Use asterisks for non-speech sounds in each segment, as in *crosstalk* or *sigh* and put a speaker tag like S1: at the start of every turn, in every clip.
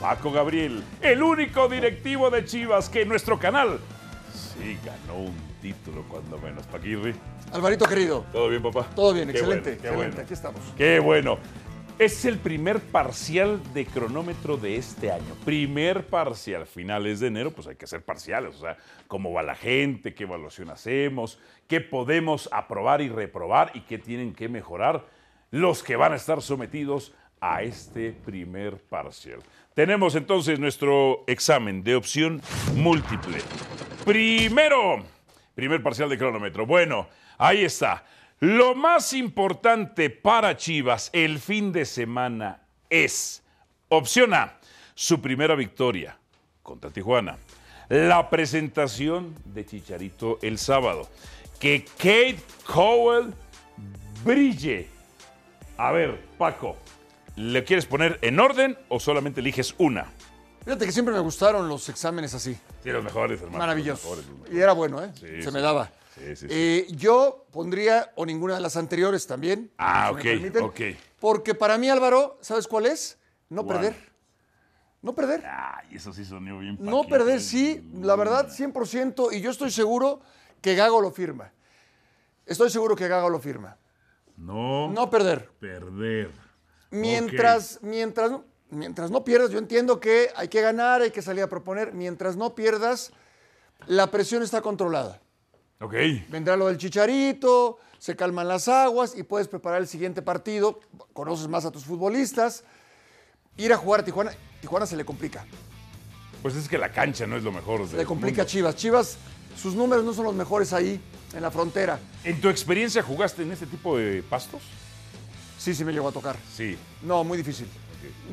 S1: Paco Gabriel, el único directivo de Chivas que en nuestro canal sí ganó un título cuando menos. Paquirri,
S2: Alvarito querido,
S1: ¿todo bien papá?
S2: todo bien,
S1: Qué
S2: excelente,
S1: bueno, qué
S2: excelente,
S1: bueno.
S2: aquí estamos.
S1: Qué bueno. Es el primer parcial de cronómetro de este año. Primer parcial, finales de enero, pues hay que ser parciales. O sea, cómo va la gente, qué evaluación hacemos, qué podemos aprobar y reprobar y qué tienen que mejorar los que van a estar sometidos a este primer parcial. Tenemos entonces nuestro examen de opción múltiple. Primero, Primer parcial de cronómetro. Bueno, ahí está. Lo más importante para Chivas el fin de semana es, opción A, su primera victoria contra Tijuana. La presentación de Chicharito el sábado. Que Kate Cowell brille. A ver, Paco, ¿le quieres poner en orden o solamente eliges una?
S2: Fíjate que siempre me gustaron los exámenes así,
S1: Sí, Ah, los mejores, hermano. los
S2: maravillosos.
S1: mejores, los
S2: Y
S1: mejores.
S2: era bueno, ¿eh?
S1: Sí,
S2: Se
S1: sí,
S2: me daba.
S1: Sí, sí, sí.
S2: Eh, yo pondría o ninguna de las anteriores también.
S1: Ah,
S2: si me
S1: ok,
S2: permiten,
S1: ok.
S2: Porque para mí, Álvaro, ¿sabes cuál es? No
S1: ¿Cuál?
S2: perder. No perder.
S1: Ay, eso sí sonó bien.
S2: No
S1: Paquito, ¿eh?
S2: perder, sí, la verdad, 100%, y yo estoy seguro que Gago lo firma. Estoy seguro que Gago lo firma.
S1: No,
S2: No perder.
S1: perder.
S2: Mientras, mientras, no- mientras no pierdas, yo entiendo que hay que ganar, hay que salir a proponer. Mientras no pierdas, la presión está controlada.
S1: Ok.
S2: Vendrá lo del chicharito, se calman las aguas y puedes preparar el siguiente partido. Conoces más a tus futbolistas. Ir a jugar a Tijuana, Tijuana se le complica.
S1: Pues es que la cancha no es lo mejor.
S2: Se
S1: del
S2: le complica a
S1: mundo.
S2: Chivas. Chivas, sus números no son los mejores ahí, en la frontera.
S1: ¿En tu experiencia jugaste en este tipo de pastos?
S2: Sí, sí me llegó a tocar.
S1: Sí.
S2: No, muy difícil.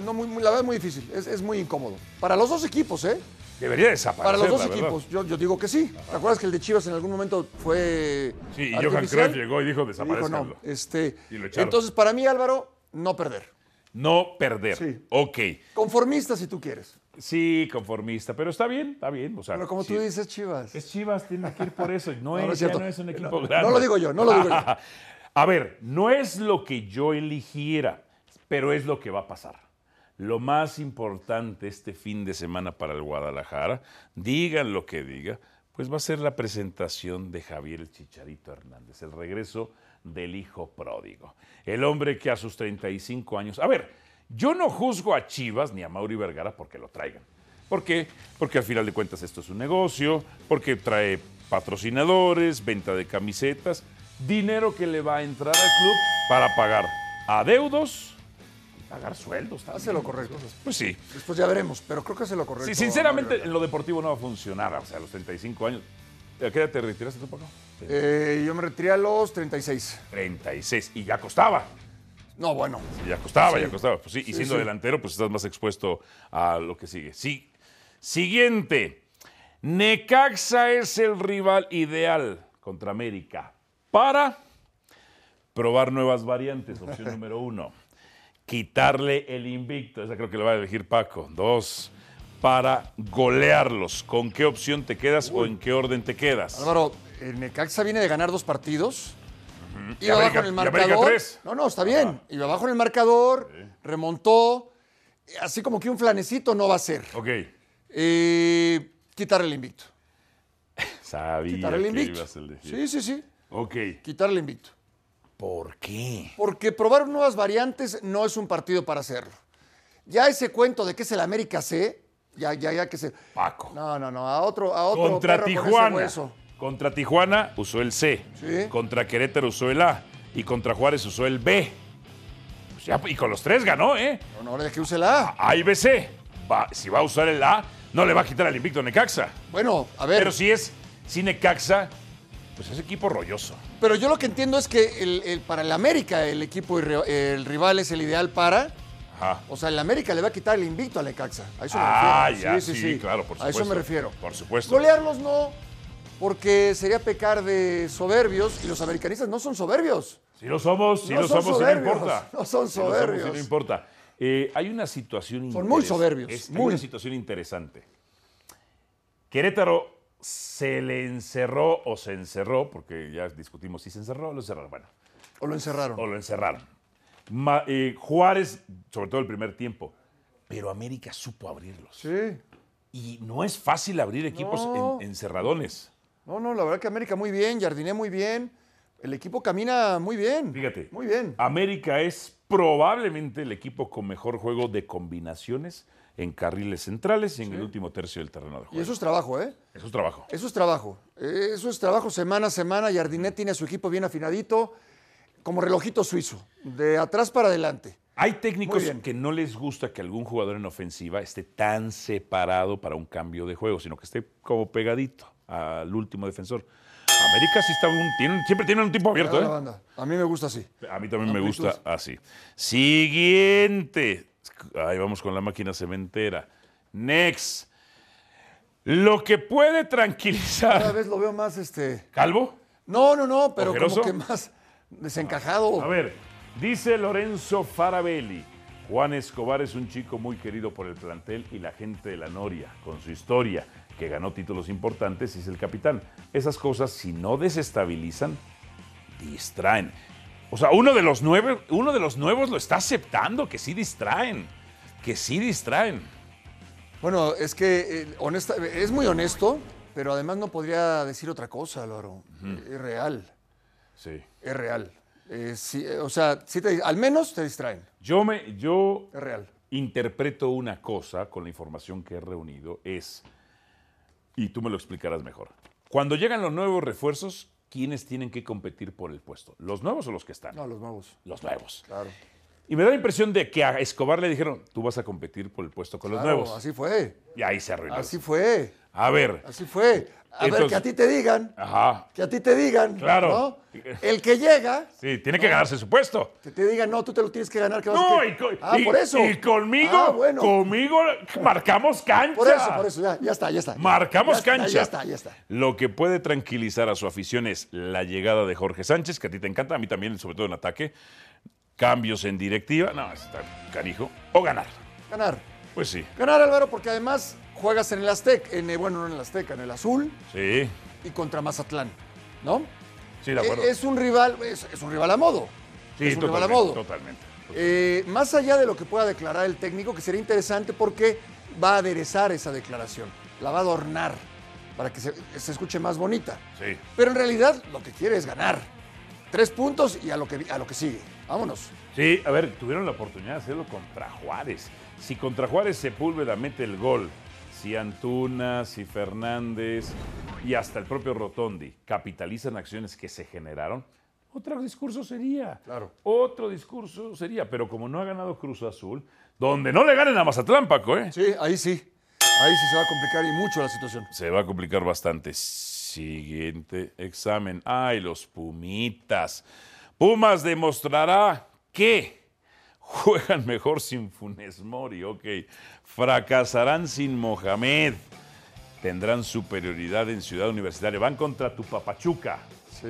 S2: No, muy, muy- la verdad, muy difícil. Es, es muy incómodo. Para los dos equipos, ¿eh?
S1: Debería desaparecer.
S2: Para los dos
S1: la verdad.
S2: equipos, yo, yo digo que sí. ¿Te acuerdas que el de Chivas en algún momento fue.
S1: Sí, y
S2: artificial?
S1: Johan Cruyff llegó y dijo
S2: Y dijo,
S1: desaparezcanlo.
S2: no. Este,
S1: Y lo echaron.
S2: entonces, para mí, Álvaro, no perder.
S1: No perder.
S2: Sí.
S1: Ok.
S2: Conformista si tú quieres.
S1: Sí, conformista. Pero está bien, está bien. O sea,
S2: Pero como
S1: sí.
S2: tú dices, Chivas.
S1: Es Chivas, tiene que ir por eso. No,
S2: No, no
S1: es,
S2: es
S1: ya
S2: cierto.
S1: no es un equipo
S2: No, no
S1: grande.
S2: lo digo yo, no lo digo yo.
S1: *laughs* A ver, no es lo que yo eligiera, pero es lo que va a pasar. Lo más importante este fin de semana para el Guadalajara, digan lo que diga, pues va a ser la presentación de Javier el Chicharito Hernández, el regreso del hijo pródigo. El hombre que a sus 35 años. A ver, yo no juzgo a Chivas ni a Mauri Vergara porque lo traigan. ¿Por qué? Porque al final de cuentas esto es un negocio, porque trae patrocinadores, venta de camisetas, dinero que le va a entrar al club para pagar adeudos y pagar sueldos. también.
S2: Hace lo correcto.
S1: Pues sí.
S2: Después ya veremos, pero creo que hace lo correcto.
S1: Sí, sinceramente,
S2: Mario.
S1: en lo deportivo no va a funcionar. O sea, a los 35 años. ¿A qué edad te retiraste tú, Paco?
S2: Eh, yo me retiré a los 36.
S1: 36. Y ya costaba.
S2: No, bueno.
S1: Ya costaba,
S2: Sí.
S1: ya costaba. Pues sí, y
S2: Sí,
S1: siendo
S2: sí.
S1: delantero, pues estás más expuesto a lo que sigue. Sí. Siguiente. Necaxa es el rival ideal contra América para probar nuevas variantes.
S2: *laughs*
S1: Opción número uno. Quitarle el invicto. Esa creo que la va a elegir Paco. Dos. Para golearlos. ¿Con qué opción te quedas o en qué orden te quedas?
S2: Álvaro, el Necaxa viene de ganar dos partidos.
S1: Y
S2: Iba
S1: América-
S2: abajo en el
S1: y América
S2: marcador.
S1: tres.
S2: No, no, está bien. Iba abajo en el marcador, remontó. Así como que un flanecito no va a ser.
S1: Ok.
S2: Eh, quitar el invicto.
S1: Sabía
S2: Quitar el
S1: que
S2: invicto.
S1: ibas a elegir.
S2: Sí, sí, sí.
S1: Ok.
S2: Quitar el invicto.
S1: ¿Por qué?
S2: Porque probar nuevas variantes no es un partido para hacerlo. Ya ese cuento de que es el América C, ya, ya, ya que se.
S1: Paco.
S2: No, no, no, a otro, a otro.
S1: Contra
S2: perro con ese
S1: Tijuana.
S2: hueso.
S1: Contra Tijuana usó el C.
S2: Sí.
S1: Contra Querétaro usó el A. Y contra Juárez usó el B. Pues Ya, y con los tres ganó, ¿eh?
S2: No, no, de que use la A.
S1: A y B, C. Va- si va a usar el A, no le va a quitar al invicto Necaxa.
S2: Bueno, a ver.
S1: Pero si es sin Necaxa, pues es equipo rolloso.
S2: Pero yo lo que entiendo es que el, el- para el América el equipo, irre- el rival es el ideal para.
S1: Ajá.
S2: O sea, el América le va a quitar el invicto a Necaxa. A eso me
S1: Ah,
S2: refiero.
S1: ya, sí, claro, por
S2: A eso me
S1: supuesto.
S2: refiero.
S1: Por supuesto.
S2: Golearlos no, porque sería pecar de soberbios y los americanistas no son soberbios.
S1: Si lo somos, si
S2: No
S1: lo
S2: son
S1: somos, si no
S2: soberbios,
S1: importa.
S2: no son
S1: Si lo somos,
S2: soberbios.
S1: si no importa. Eh, hay una situación
S2: Son muy
S1: interes-
S2: soberbios,
S1: es- Hay
S2: muy.
S1: una situación interesante. Querétaro se le encerró o se encerró, porque ya discutimos si se encerró o lo encerraron. Bueno,
S2: O lo encerraron.
S1: o lo encerraron. Ma- eh, Juárez, sobre todo el primer tiempo. Pero América supo abrirlos.
S2: Sí.
S1: Y no es fácil abrir equipos
S2: No.
S1: en, encerradones.
S2: No, no, la verdad que América muy bien, Jardiné muy bien. El equipo camina muy bien.
S1: Fíjate. Ah,
S2: Muy bien.
S1: América es probablemente el equipo con mejor juego de combinaciones en carriles centrales y en el último tercio del terreno de
S2: Y
S1: juego.
S2: eso es trabajo, ¿eh?
S1: Eso es trabajo.
S2: Eso es trabajo. Eh, Eso es trabajo semana a semana. Jardiné tiene a su equipo bien afinadito, como relojito suizo, de atrás para adelante.
S1: Hay técnicos
S2: Muy bien.
S1: que no les gusta que algún jugador en ofensiva esté tan separado para un cambio de juego, sino que esté como pegadito al último defensor. América sí está un, tiene- siempre tiene un tipo
S2: Cada
S1: abierto. ¿eh?
S2: banda. A mí me gusta así.
S1: A mí también me
S2: Amplitud.
S1: gusta así. Siguiente. Ahí vamos con la máquina cementera. Next. Lo que puede
S2: Cada *laughs*
S1: tranquilizar.
S2: vez lo veo más este.
S1: ¿Calvo?
S2: No, no, no, pero
S1: ¿Ojeroso?
S2: como que más desencajado.
S1: A ver, dice Lorenzo Farabelli. Juan Escobar es un chico muy querido por el plantel y la gente de la Noria, con su historia, que ganó títulos importantes y es el capitán. Esas cosas, si no desestabilizan, distraen. O sea, uno de los nueve, uno de los nuevos lo está aceptando, que sí distraen. Que sí distraen.
S2: Bueno, es que eh, honesta- es muy honesto, pero además no podría decir otra cosa, Loro. Es real,
S1: Sí.
S2: es real. Eh, sí, eh, o sea, sí te- al menos te distraen,
S1: Yo me. Yo
S2: es real.
S1: interpreto una cosa con la información que he reunido es, y tú me lo explicarás mejor, cuando llegan los nuevos refuerzos, ¿quiénes tienen que competir por el puesto? ¿Los nuevos o los que están?
S2: No, los nuevos,
S1: Los nuevos.
S2: claro.
S1: Y me da la impresión de que a Escobar le dijeron, tú vas a competir por el puesto con
S2: Claro,
S1: los nuevos.
S2: Así fue,
S1: Y ahí se arruinó.
S2: así fue,
S1: A ver.
S2: así fue. A ver,
S1: Entonces-
S2: que a ti te digan,
S1: Ajá.
S2: que a ti te digan,
S1: Claro.
S2: ¿no? El que llega,
S1: Sí, tiene que ganarse su puesto.
S2: que te digan, no, tú te lo tienes que ganar. Que vas a-
S1: No,
S2: que-
S1: y, co-
S2: Ah,
S1: y-
S2: por eso.
S1: y conmigo,
S2: Ah, bueno.
S1: conmigo marcamos cancha.
S2: Por eso, por eso, ya, ya está, ya está.
S1: Marcamos
S2: Ya está,
S1: cancha.
S2: Ya está, ya está.
S1: Lo que puede tranquilizar a su afición es la llegada de Jorge Sánchez, que a ti te encanta, a mí también, sobre todo en ataque. Cambios en directiva, no, está canijo. O ganar.
S2: Ganar.
S1: Pues sí,
S2: Ganar, Álvaro, porque además juegas en el Aztec, en, eh, bueno, no en el Azteca, en el Azul
S1: sí,
S2: y contra Mazatlán, ¿no?
S1: sí, de acuerdo.
S2: Eh, Es un rival, es, es un rival a modo.
S1: sí,
S2: es un rival a
S1: totalmente,
S2: modo.
S1: totalmente.
S2: Eh, más allá de lo que pueda declarar el técnico, que sería interesante porque va a aderezar esa declaración, la va a adornar para que se, se escuche más bonita.
S1: Sí.
S2: Pero en realidad lo que quiere es ganar. Tres puntos y a lo que, a lo que sigue. Vámonos.
S1: Sí, a ver, tuvieron la oportunidad de hacerlo contra Juárez. Si contra Juárez Sepúlveda mete el gol, si Antuna, si Fernández y hasta el propio Rotondi capitalizan acciones que se generaron, otro discurso sería.
S2: Claro.
S1: Otro discurso sería, pero como no ha ganado Cruz Azul, donde no le ganen a Mazatlán, Paco, ¿eh?
S2: Sí, ahí sí. Ahí sí se va a complicar y mucho la situación.
S1: Se va a complicar bastante. Siguiente examen. Ay, los Pumitas. Pumas demostrará que juegan mejor sin Funes Mori. Ok. Fracasarán sin Mohamed. Tendrán superioridad en Ciudad Universitaria. Van contra tu papachuca.
S2: Sí.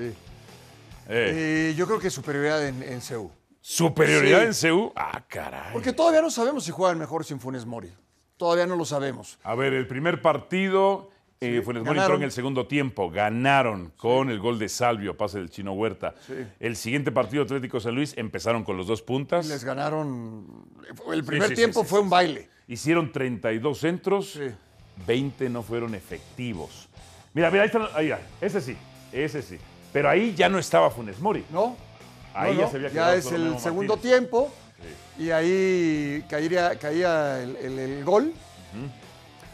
S1: Eh,
S2: Eh, yo creo que superioridad en, en CU.
S1: superioridad
S2: sí.
S1: en CEU. Ah, caray.
S2: Porque todavía no sabemos si juegan mejor sin Funes Mori. Todavía no lo sabemos.
S1: A ver, el primer partido, eh, Funes Mori entró
S2: ganaron.
S1: en el segundo tiempo, ganaron con el gol de Salvio, pase del Chino Huerta. El siguiente partido Atlético San Luis empezaron con los dos puntas,
S2: Les ganaron. El primer
S1: sí, sí,
S2: tiempo
S1: sí,
S2: fue un baile.
S1: hicieron 32 centros,
S2: Sí.
S1: 20 no fueron efectivos. Mira, mira, ahí está, ahí, ahí, ese sí, ese sí. Pero ahí ya no estaba Funes Mori.
S2: ¿No?
S1: Ahí
S2: No,
S1: ya
S2: no.
S1: se había quedado
S2: es
S1: solo
S2: el
S1: Memo
S2: segundo
S1: Martínez.
S2: tiempo. Y ahí caía, caía el, el- el gol.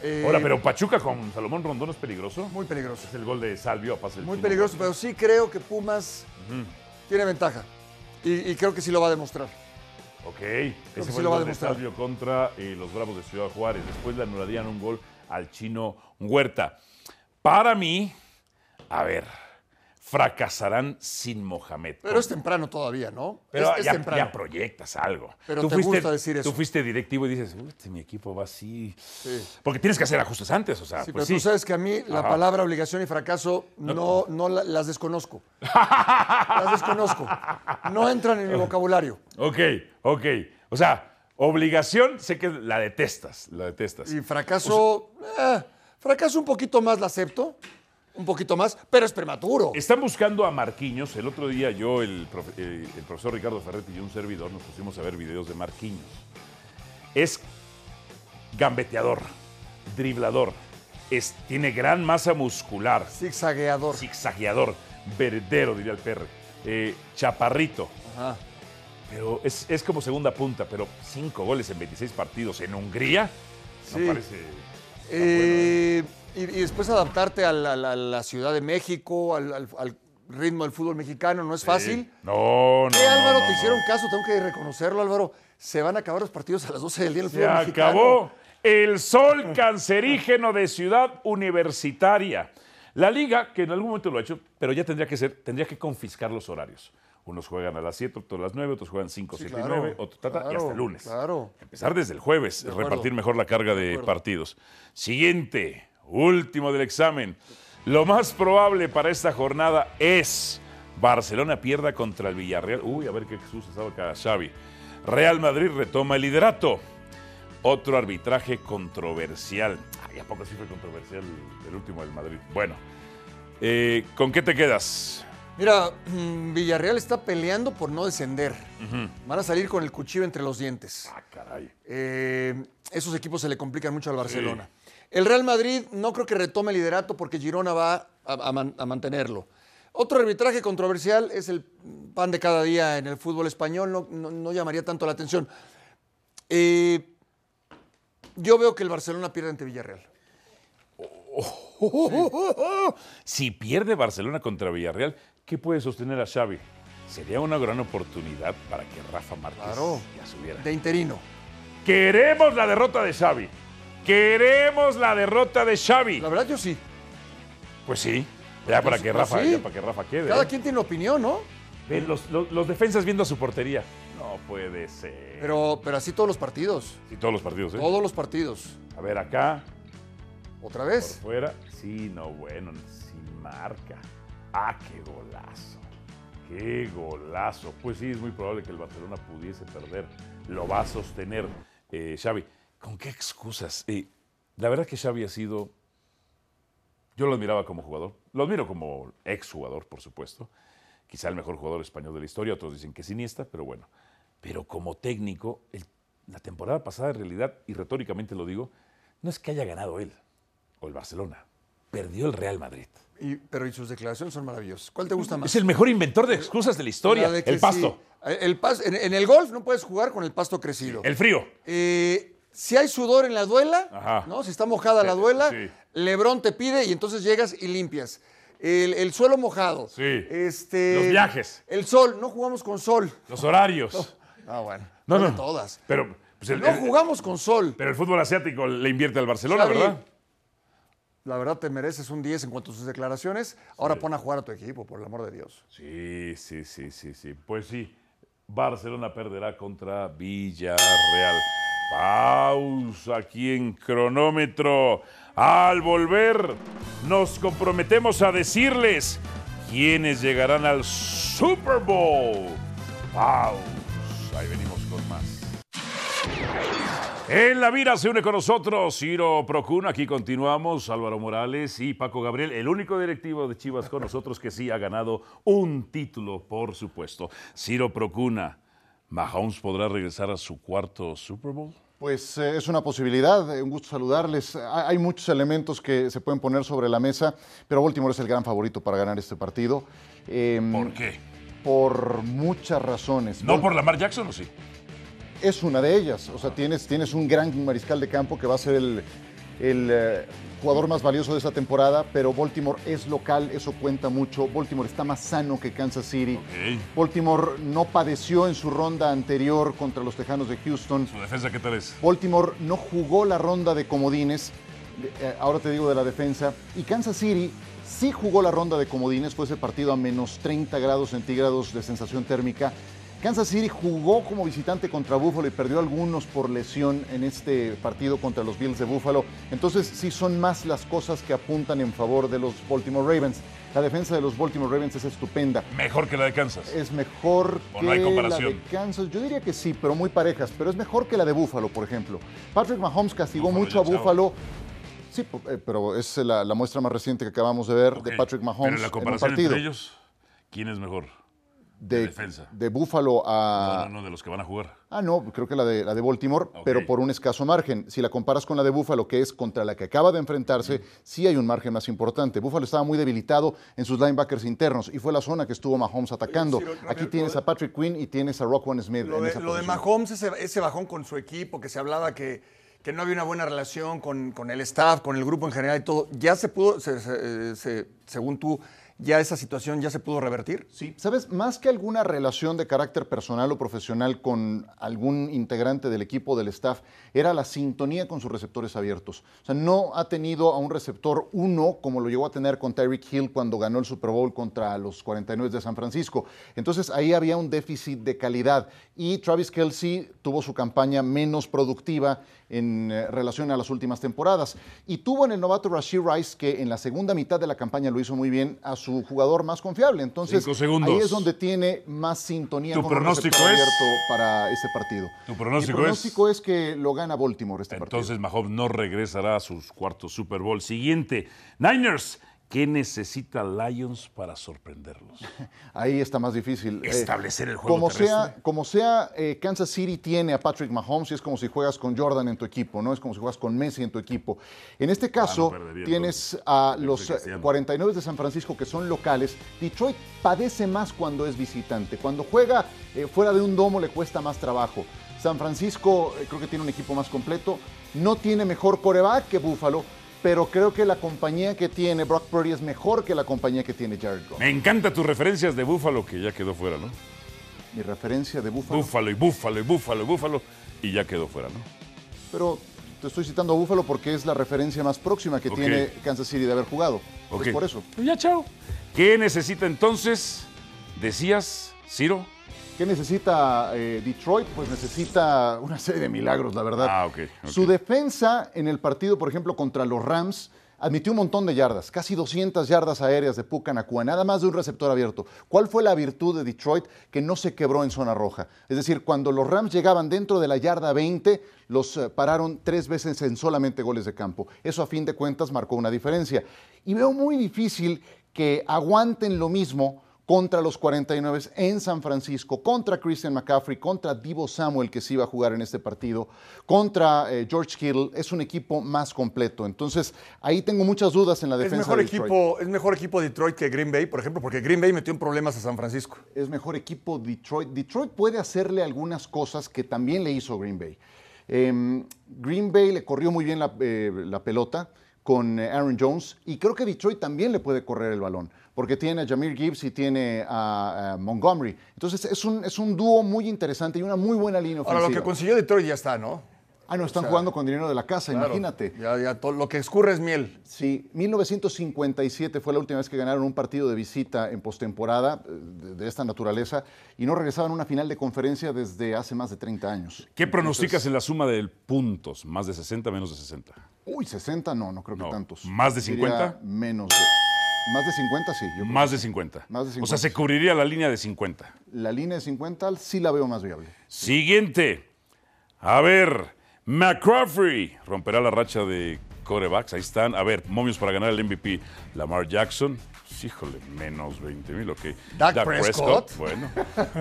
S2: Eh,
S1: Ahora, pero Pachuca con Salomón Rondón es peligroso.
S2: Muy peligroso.
S1: Es el gol de Salvio, pase del
S2: Muy
S1: Chino
S2: peligroso,
S1: Huerta.
S2: pero sí creo que Pumas tiene ventaja. Y, y creo que sí lo va a demostrar.
S1: Ok, ese
S2: que sí
S1: fue el
S2: lo va a
S1: gol de
S2: demostrar.
S1: Salvio contra eh, los Bravos de Ciudad Juárez. Después le anularían un gol al chino Huerta. Para mí, a ver, fracasarán sin Mohamed.
S2: Pero es temprano todavía, ¿no?
S1: Pero
S2: es, es
S1: ya,
S2: temprano.
S1: ya proyectas algo.
S2: Pero te gusta decir eso.
S1: Tú fuiste directivo y dices, "Uy, este, mi equipo va así.
S2: Sí.
S1: Porque tienes que hacer ajustes antes, o sea,
S2: Sí, pero
S1: pues
S2: tú
S1: sí.
S2: sabes que a mí la
S1: Ajá.
S2: palabra obligación y fracaso no, no la- las *laughs* desconozco. las desconozco. No entran en mi vocabulario.
S1: Ok, ok. O sea, obligación, sé que la detestas, la detestas.
S2: Y fracaso, eh, fracaso un poquito más la acepto, un poquito más, pero es prematuro.
S1: Están buscando a Marquinhos. El otro día yo, el, profe- eh, el profesor Ricardo Ferretti y un servidor nos pusimos a ver videos de Marquinhos. Es gambeteador, driblador, es, tiene gran masa muscular,
S2: Zigzagueador.
S1: zigzagueador, verdero, diría el perro, eh, chaparrito.
S2: Ajá.
S1: Pero es, es como segunda punta, pero cinco goles en 26 partidos en Hungría. no
S2: Sí.
S1: parece-
S2: Eh, y, y después adaptarte a la, la- la Ciudad de México, al, al- al ritmo del fútbol mexicano, no es fácil.
S1: No, no.
S2: Eh, Álvaro,
S1: no, no,
S2: te
S1: no.
S2: hicieron caso, tengo que reconocerlo, Álvaro. Se van a acabar los partidos a las 12 del día en el
S1: Se
S2: fútbol mexicano.
S1: acabó el sol cancerígeno de Ciudad Universitaria. La liga, que en algún momento lo ha hecho, pero ya tendría que ser, tendría que confiscar los horarios. Unos juegan a las 7, otros a las 9, otros juegan 5,
S2: Sí,
S1: 7
S2: claro,
S1: y 9, otros tata, y hasta
S2: claro,
S1: el lunes.
S2: Claro.
S1: Empezar desde el jueves,
S2: acuerdo.
S1: repartir mejor la carga de, partidos. Siguiente, último del examen. Lo más probable para esta jornada es Barcelona pierda contra el Villarreal. Uy, a ver qué Jesús estaba acá, Xavi. Real Madrid retoma el liderato. Otro arbitraje controversial. Ay, ¿a poco sí fue controversial el último del Madrid? Bueno, eh, ¿con qué te quedas?
S2: Mira, mm, Villarreal está peleando por no descender. Van a salir con el cuchillo entre los dientes.
S1: Ah, caray.
S2: Eh, esos equipos se le complican mucho al Barcelona. El Real Madrid no creo que retome el liderato porque Girona va a, a man- a mantenerlo. Otro arbitraje controversial es el pan de cada día en el fútbol español, no, no- no llamaría tanto la atención. Eh, yo veo que el Barcelona pierde ante Villarreal.
S1: Oh, Si pierde Barcelona contra Villarreal, ¿qué puede sostener a Xavi? Sería una gran oportunidad para que Rafa Márquez
S2: Claro.
S1: ya subiera.
S2: De interino.
S1: Queremos la derrota de Xavi. Queremos la derrota de Xavi.
S2: La verdad yo sí.
S1: Pues sí. Ya para que
S2: Pues
S1: Rafa,
S2: sí.
S1: ya para que Rafa quede.
S2: Cada
S1: ¿eh?
S2: quien tiene opinión, ¿no?
S1: Ve Los, los- los defensas viendo a su portería. No puede ser.
S2: Pero, pero así todos los partidos.
S1: Sí, todos los partidos, ¿eh?
S2: Todos los partidos.
S1: A ver, acá,
S2: Otra
S1: por
S2: vez.
S1: fuera. Sí, no, bueno, sin marca. Ah, qué golazo. Qué golazo. Pues sí, es muy probable que el Barcelona pudiese perder. Lo va a sostener eh, Xavi. ¿Con qué excusas? Eh, la verdad que Xavi ha sido... Yo lo admiraba como jugador. Lo admiro como exjugador, por supuesto. Quizá el mejor jugador español de la historia. Otros dicen que es Iniesta, pero bueno. Pero como técnico, el- la temporada pasada en realidad, y retóricamente lo digo, no es que haya ganado él o el Barcelona. Perdió el Real Madrid.
S2: Y- pero y sus declaraciones son maravillosas. ¿Cuál te gusta más?
S1: Es el mejor inventor de excusas de la historia.
S2: La de que
S1: el pasto,
S2: sí. El pas- en, en el golf no puedes jugar con el pasto crecido.
S1: el frío.
S2: Eh, si hay sudor en la duela,
S1: Ajá.
S2: ¿no? Si está mojada la duela,
S1: sí.
S2: Lebrón te pide y entonces llegas y limpias. El, el suelo mojado.
S1: Sí.
S2: Este,
S1: Los viajes.
S2: El sol, no jugamos con sol.
S1: Los horarios.
S2: *laughs* Ah, bueno.
S1: No,
S2: fue de
S1: no.
S2: todas.
S1: Pero, pues, el-
S2: No
S1: el-
S2: jugamos con sol.
S1: pero el fútbol asiático le invierte al Barcelona,
S2: Xavi,
S1: ¿verdad?
S2: La verdad te mereces un 10 en cuanto a sus declaraciones. Ahora pon a jugar a tu equipo, por el amor de Dios.
S1: Sí, sí, sí, sí, sí. Pues sí, Barcelona perderá contra Villarreal. Pausa aquí en cronómetro. Al volver, nos comprometemos a decirles quiénes llegarán al Super Bowl. Pausa. Ahí venimos con más. En la vida se une con nosotros Ciro Procuna. Aquí continuamos Álvaro Morales y Paco Gabriel, el único directivo de Chivas con nosotros que sí ha ganado un título, por supuesto. Ciro Procuna, ¿Mahomes podrá regresar a su cuarto Super Bowl?
S3: Pues eh, es una posibilidad, eh, un gusto saludarles. Ha- Hay muchos elementos que se pueden poner sobre la mesa, pero Baltimore es el gran favorito para ganar este partido. Em,
S1: ¿Por qué?
S3: por muchas razones.
S1: ¿No por Lamar Jackson o sí?
S3: Es una de ellas. O sea, tienes, tienes un gran mariscal de campo que va a ser el, el, eh, jugador más valioso de esta temporada, pero Baltimore es local, eso cuenta mucho. Baltimore está más sano que Kansas City.
S1: Ok.
S3: Baltimore no padeció en su ronda anterior contra los Tejanos de Houston.
S1: ¿Su defensa qué tal es?
S3: Baltimore no jugó la ronda de comodines, de- eh, ahora te digo de la defensa, y Kansas City sí jugó la ronda de comodines, fue ese partido a menos 30 grados centígrados de sensación térmica. Kansas City jugó como visitante contra Buffalo y perdió algunos por lesión en este partido contra los Bills de Buffalo. Entonces sí son más las cosas que apuntan en favor de los Baltimore Ravens. La defensa de los Baltimore Ravens es estupenda
S1: Mejor que la de Kansas.
S3: es mejor
S1: ¿O
S3: que
S1: no hay
S3: la
S1: comparación?
S3: de Kansas. Yo diría que sí, pero muy parejas. Pero es mejor que la de Búfalo, por ejemplo. Patrick Mahomes castigó
S1: Buffalo
S3: mucho a
S1: ya chao.
S3: Búfalo. Sí, po- eh, pero es la, la muestra más reciente que acabamos de ver de
S1: Ok,
S3: Patrick Mahomes
S1: Pero en la
S3: en un
S1: comparación
S3: partido.
S1: entre ellos, ¿quién es mejor?
S3: de,
S1: defensa.
S3: de Búfalo a,
S1: No, no, no, de los que van a jugar.
S3: Ah, no, creo que la de, la de Baltimore, pero por un escaso margen. Si la comparas con la de Buffalo, que es contra la que acaba de enfrentarse, sí hay un margen más importante. Buffalo estaba muy debilitado en sus linebackers internos y fue la zona que estuvo Mahomes atacando.
S4: sí, lo-
S3: Aquí
S4: lo-
S3: tienes
S4: lo-
S3: a Patrick Quinn y tienes a Rockwan Smith.
S4: Lo
S3: en
S4: de,
S3: esa
S4: lo de
S3: posición.
S4: Mahomes, ese, ese bajón con su equipo, que se hablaba que, que no había una buena relación con, con el staff, con el grupo en general y todo, ya se pudo, se- se- eh, se- según tú, ya esa situación ya se pudo revertir.
S3: Sí, sabes, más que alguna relación de carácter personal o profesional con algún integrante del equipo del staff, era la sintonía con sus receptores abiertos. O sea, no ha tenido a un receptor uno como lo llegó a tener con Tyreek Hill cuando ganó el Super Bowl contra los 49 de San Francisco. Entonces ahí había un déficit de calidad y Travis Kelsey tuvo su campaña menos productiva en eh, relación a las últimas temporadas. Y tuvo en el novato Rashid Rice, que en la segunda mitad de la campaña lo hizo muy bien, a su jugador más confiable. Entonces, entonces,
S1: Cinco segundos.
S3: Ahí es donde tiene más sintonía
S1: Tu
S3: con un
S1: pronóstico
S3: receptor
S1: es-
S3: abierto para este partido.
S1: Tu pronóstico
S3: Mi pronóstico es... que lo gana Baltimore este
S1: Entonces Mahomes no regresará a sus cuartos Super Bowl. Siguiente, Niners. ¿Qué necesita Lions para
S3: *laughs*
S1: sorprenderlos?
S3: partido. Ahí está más difícil. Eh,
S1: Establecer el juego
S3: como sea,
S1: terrestre.
S3: como sea eh, Kansas City tiene a Patrick Mahomes y es como si juegas con Jordan en tu equipo, ¿no? Es como si juegas con Messi en tu equipo. En este caso,
S1: Ah, perdería,
S3: tienes a
S1: Yo
S3: los eh,
S1: soy cristiano.
S3: 49 de San Francisco que son locales. Detroit padece más cuando es visitante. Cuando juega eh, fuera de un domo le cuesta más trabajo. San Francisco eh, creo que tiene un equipo más completo. No tiene mejor coreback que Buffalo, pero creo que la compañía que tiene Brock Purdy es mejor que la compañía que tiene Jared Goff.
S1: Me encantan tus referencias de Búfalo, que ya quedó fuera, ¿no?
S3: Mi referencia de Buffalo.
S1: Búfalo y Búfalo y Búfalo y Búfalo, y ya quedó fuera, ¿no?
S3: Pero te estoy citando a Búfalo porque es la referencia más próxima que
S1: Ok.
S3: tiene Kansas City de haber jugado.
S1: Ok.
S3: Es por eso.
S1: Pues ya, chao. ¿Qué necesita entonces? Decías, Ciro.
S3: ¿Qué necesita eh, Detroit? Pues necesita una serie de milagros, la verdad.
S1: Ah, ok, ok.
S3: Su defensa en el partido, por ejemplo, contra los Rams, admitió un montón de yardas, casi 200 yardas aéreas de Pucanacua, nada más de un receptor abierto. ¿Cuál fue la virtud de Detroit que no se quebró en zona roja? Es decir, cuando los Rams llegaban dentro de la yarda 20, los eh, pararon tres veces en solamente goles de campo. Eso a fin de cuentas marcó una diferencia. Y veo muy difícil que aguanten lo mismo contra los 49 en San Francisco, contra Christian McCaffrey, contra Divo Samuel, que sí iba a jugar en este partido, contra eh, George Kittle, es un equipo más completo. Entonces, ahí tengo muchas dudas en la
S4: Es
S3: defensa
S4: mejor,
S3: de Detroit.
S4: equipo, es mejor equipo Detroit que Green Bay, por ejemplo, porque Green Bay metió en problemas a San Francisco.
S3: Es mejor equipo Detroit. Detroit puede hacerle algunas cosas que también le hizo Green Bay. Em, Green Bay le corrió muy bien la, eh, la pelota con eh, Aaron Jones y creo que Detroit también le puede correr el balón porque tiene a Jameer Gibbs y tiene a, a Montgomery. Entonces es un, es un dúo muy interesante y una muy buena línea
S4: Ahora,
S3: ofensiva.
S4: lo que consiguió Detroit ya está, ¿no?
S3: ah, no, están jugando con dinero de la casa,
S4: Claro.
S3: imagínate.
S4: Ya, ya, todo, lo que escurre es miel.
S3: Sí, 1957 fue la última vez que ganaron un partido de visita en postemporada eh, de, de esta naturaleza y no regresaban a una final de conferencia desde hace más de 30 años.
S1: ¿Qué pronosticas en la suma de puntos? Más de 60, menos de 60.
S3: Uy, 60 no, no creo que
S1: No,
S3: tantos.
S1: ¿más de
S3: Diría
S1: 50?
S3: menos de. Más de 50 sí. yo creo.
S1: Más de 50.
S3: Más de 50.
S1: O sea, se cubriría la línea de 50.
S3: La línea de 50 sí la veo más viable.
S1: Siguiente. A ver, McCaffrey romperá la racha de corebacks. Ahí están. A ver, momios para ganar el MVP. Lamar Jackson. Híjole, menos 20 mil, ok.
S4: Dak Prescott.
S1: Bueno.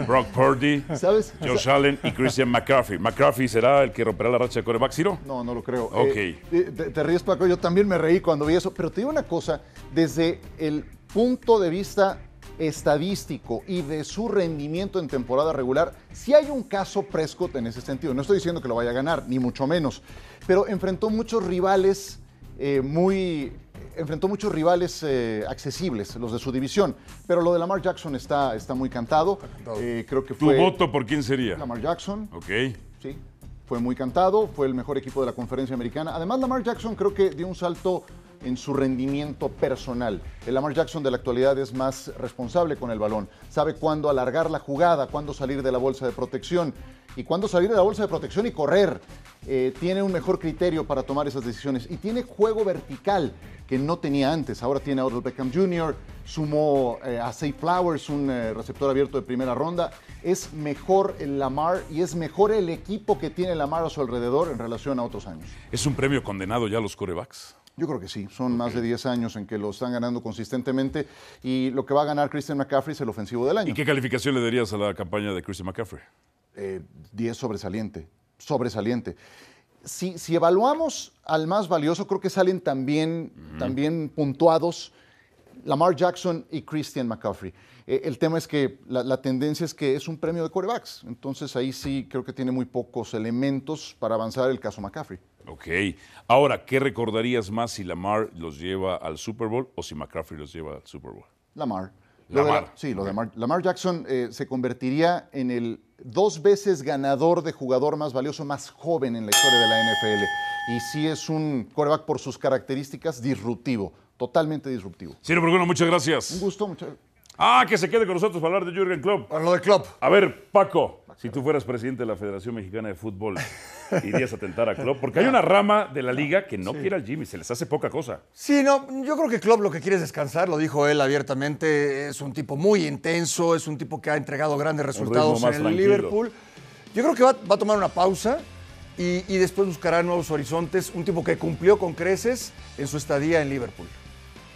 S1: Brock Purdy.
S3: ¿Sabes?
S1: Josh Allen y Christian McCaffrey. McCaffrey será el que romperá la racha de corebacks, Ciro.
S3: No, no lo creo.
S1: Ok.
S3: Eh, eh, te, te ríes, Paco. Yo también me reí cuando vi eso. Pero te digo una cosa: desde el punto de vista estadístico y de su rendimiento en temporada regular, si hay un caso Prescott en ese sentido. No estoy diciendo que lo vaya a ganar, ni mucho menos. Pero enfrentó muchos rivales eh, muy. Enfrentó muchos rivales eh, accesibles, los de su división. Pero lo de Lamar Jackson está, está muy cantado. Eh, creo que
S1: ¿Tu
S4: Pues,
S3: fue.
S1: voto por quién sería?
S3: Lamar Jackson,
S1: Ok.
S3: sí. Fue muy cantado, fue el mejor equipo de la conferencia americana. Además, Lamar Jackson creo que dio un salto en su rendimiento personal. El Lamar Jackson de la actualidad es más responsable con el balón. Sabe cuándo alargar la jugada, cuándo salir de la bolsa de protección y cuándo salir de la bolsa de protección y correr. Eh, tiene un mejor criterio para tomar esas decisiones y tiene juego vertical que no tenía antes. Ahora tiene a Odell Beckham Jr., sumó eh, a Say Flowers, un eh, receptor abierto de primera ronda. Es mejor el Lamar y es mejor el equipo que tiene Lamar a su alrededor en relación a otros años.
S1: ¿Es un premio condenado ya a los corebacks?
S3: Yo creo que sí, son más de 10 años en que lo están ganando consistentemente y lo que va a ganar Christian McCaffrey es el ofensivo del año.
S1: ¿Y qué calificación le darías a la campaña de Christian McCaffrey?
S3: eh, 10 sobresaliente, sobresaliente. Si, si evaluamos al más valioso, creo que salen también, también puntuados Lamar Jackson y Christian McCaffrey. Eh, el tema es que la, la tendencia es que es un premio de corebacks, entonces ahí sí creo que tiene muy pocos elementos para avanzar el caso McCaffrey.
S1: Ok. Ahora, ¿qué recordarías más si Lamar los lleva al Super Bowl o si McCaffrey los lleva al Super Bowl?
S3: Lamar. Lo de
S1: Lamar.
S3: sí, lo de Mar- Lamar Jackson eh, se convertiría en el dos veces ganador de jugador más valioso, más joven en la historia de la NFL. Y sí es un quarterback por sus características disruptivo, totalmente disruptivo.
S1: Ciro Burguno, muchas
S3: Un
S1: gracias.
S3: gusto, muchas
S1: Ah, que se quede con nosotros para hablar de Jürgen Klopp.
S4: Para lo de Klopp.
S1: A ver, Paco, si tú fueras presidente de la Federación Mexicana de Fútbol, irías a tentar a Klopp, porque hay una rama de la liga que no quiere al Jimmy, se les hace poca cosa.
S4: Sí, no, yo creo que Klopp lo que quiere es descansar, lo dijo él abiertamente, es un tipo muy intenso, es un tipo que ha entregado grandes resultados en
S1: más
S4: el
S1: tranquilo.
S4: Liverpool. Yo creo que va, va a tomar una pausa y, y después buscará nuevos horizontes, un tipo que cumplió con creces en su estadía en Liverpool.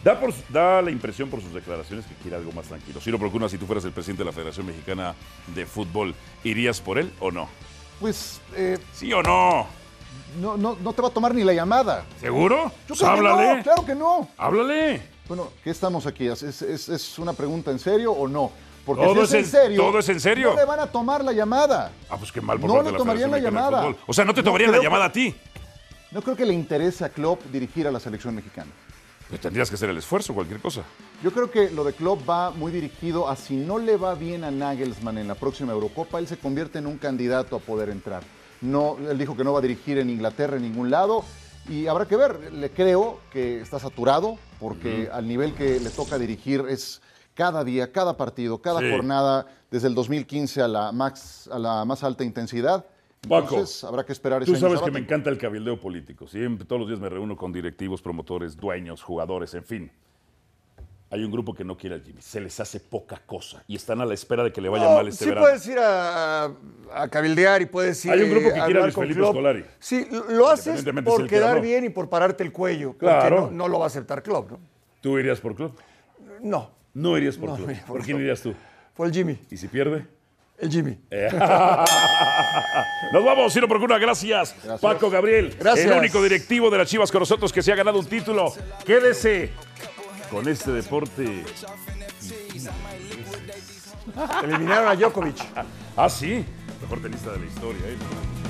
S1: Da, por- da la impresión por sus declaraciones que quiere algo más tranquilo. Ciro Procuna, si tú fueras el presidente de la Federación Mexicana de Fútbol, ¿irías por él o no?
S3: Pues eh,
S1: ¿Sí o no?
S3: no, no- no te va a tomar ni la llamada.
S1: ¿Seguro?
S3: Yo
S1: Pues
S3: creo que no,
S1: háblale.
S3: claro que no.
S1: Háblale.
S3: Bueno, ¿qué estamos aquí? ¿Es, es- es una pregunta en serio o no? Porque
S1: Todo
S3: si
S1: es
S3: es en
S1: en-
S3: serio,
S1: todo es en serio.
S3: no le van a tomar la llamada.
S1: Ah, pues qué mal por
S3: No
S1: parte
S3: le
S1: de la
S3: tomarían
S1: Federación
S3: la
S1: Mexicana de
S3: llamada.
S1: Fútbol. O sea, no te
S3: No
S1: tomarían la
S3: creo que-
S1: llamada a ti.
S3: No creo que le interese a Klopp dirigir a la selección mexicana.
S1: Pero tendrías que hacer el esfuerzo, cualquier cosa.
S3: Yo creo que lo de Klopp va muy dirigido a si no le va bien a Nagelsmann en la próxima Eurocopa, él se convierte en un candidato a poder entrar. No, él dijo que no va a dirigir en Inglaterra en ningún lado y habrá que ver. Le creo que está saturado porque al nivel que le toca dirigir es cada día, cada partido, cada
S1: Sí.
S3: jornada desde el 2015 a la max, a la más alta intensidad.
S1: Paco,
S3: Entonces habrá que esperar
S4: Pues
S3: ese
S1: Tú
S3: año
S1: sabes que me
S3: sabático.
S1: encanta el cabildeo político. Siempre, todos los días me reúno con directivos, promotores, dueños, jugadores, en fin. Hay un grupo que no quiere al Jimmy. Se les hace poca cosa y están a la espera de que le vaya
S4: No,
S1: mal
S4: Oh,
S1: este
S4: sí
S1: verano.
S4: puedes ir a, a- a cabildear y puedes ir
S1: Hay un grupo que
S4: eh, a
S1: quiere
S4: hablar
S1: a Luis
S4: con
S1: Felipe
S4: Klopp.
S1: Scolari.
S4: Sí, lo- lo haces
S1: Independientemente si
S4: por
S1: él quiera o
S4: quedar
S1: no.
S4: bien y por pararte el cuello. porque
S1: Claro.
S4: No, no lo va a aceptar Klopp, ¿no?
S1: ¿Tú irías por club?
S4: No,
S1: No irías por
S4: No,
S1: club.
S4: no iría
S1: ¿Por,
S4: por
S1: quién
S4: club.
S1: irías tú?
S4: fue el Jimmy,
S1: ¿Y si pierde?
S4: el Jimmy.
S1: Eh. *laughs* Nos vamos, Ciro Procuna, gracias. Paco Gabriel,
S4: Gracias.
S1: el único directivo de las Chivas con nosotros que se ha ganado un título. Quédese con este deporte.
S4: Eliminaron a Djokovic.
S1: Ah, sí, mejor tenista de la historia. ¿eh?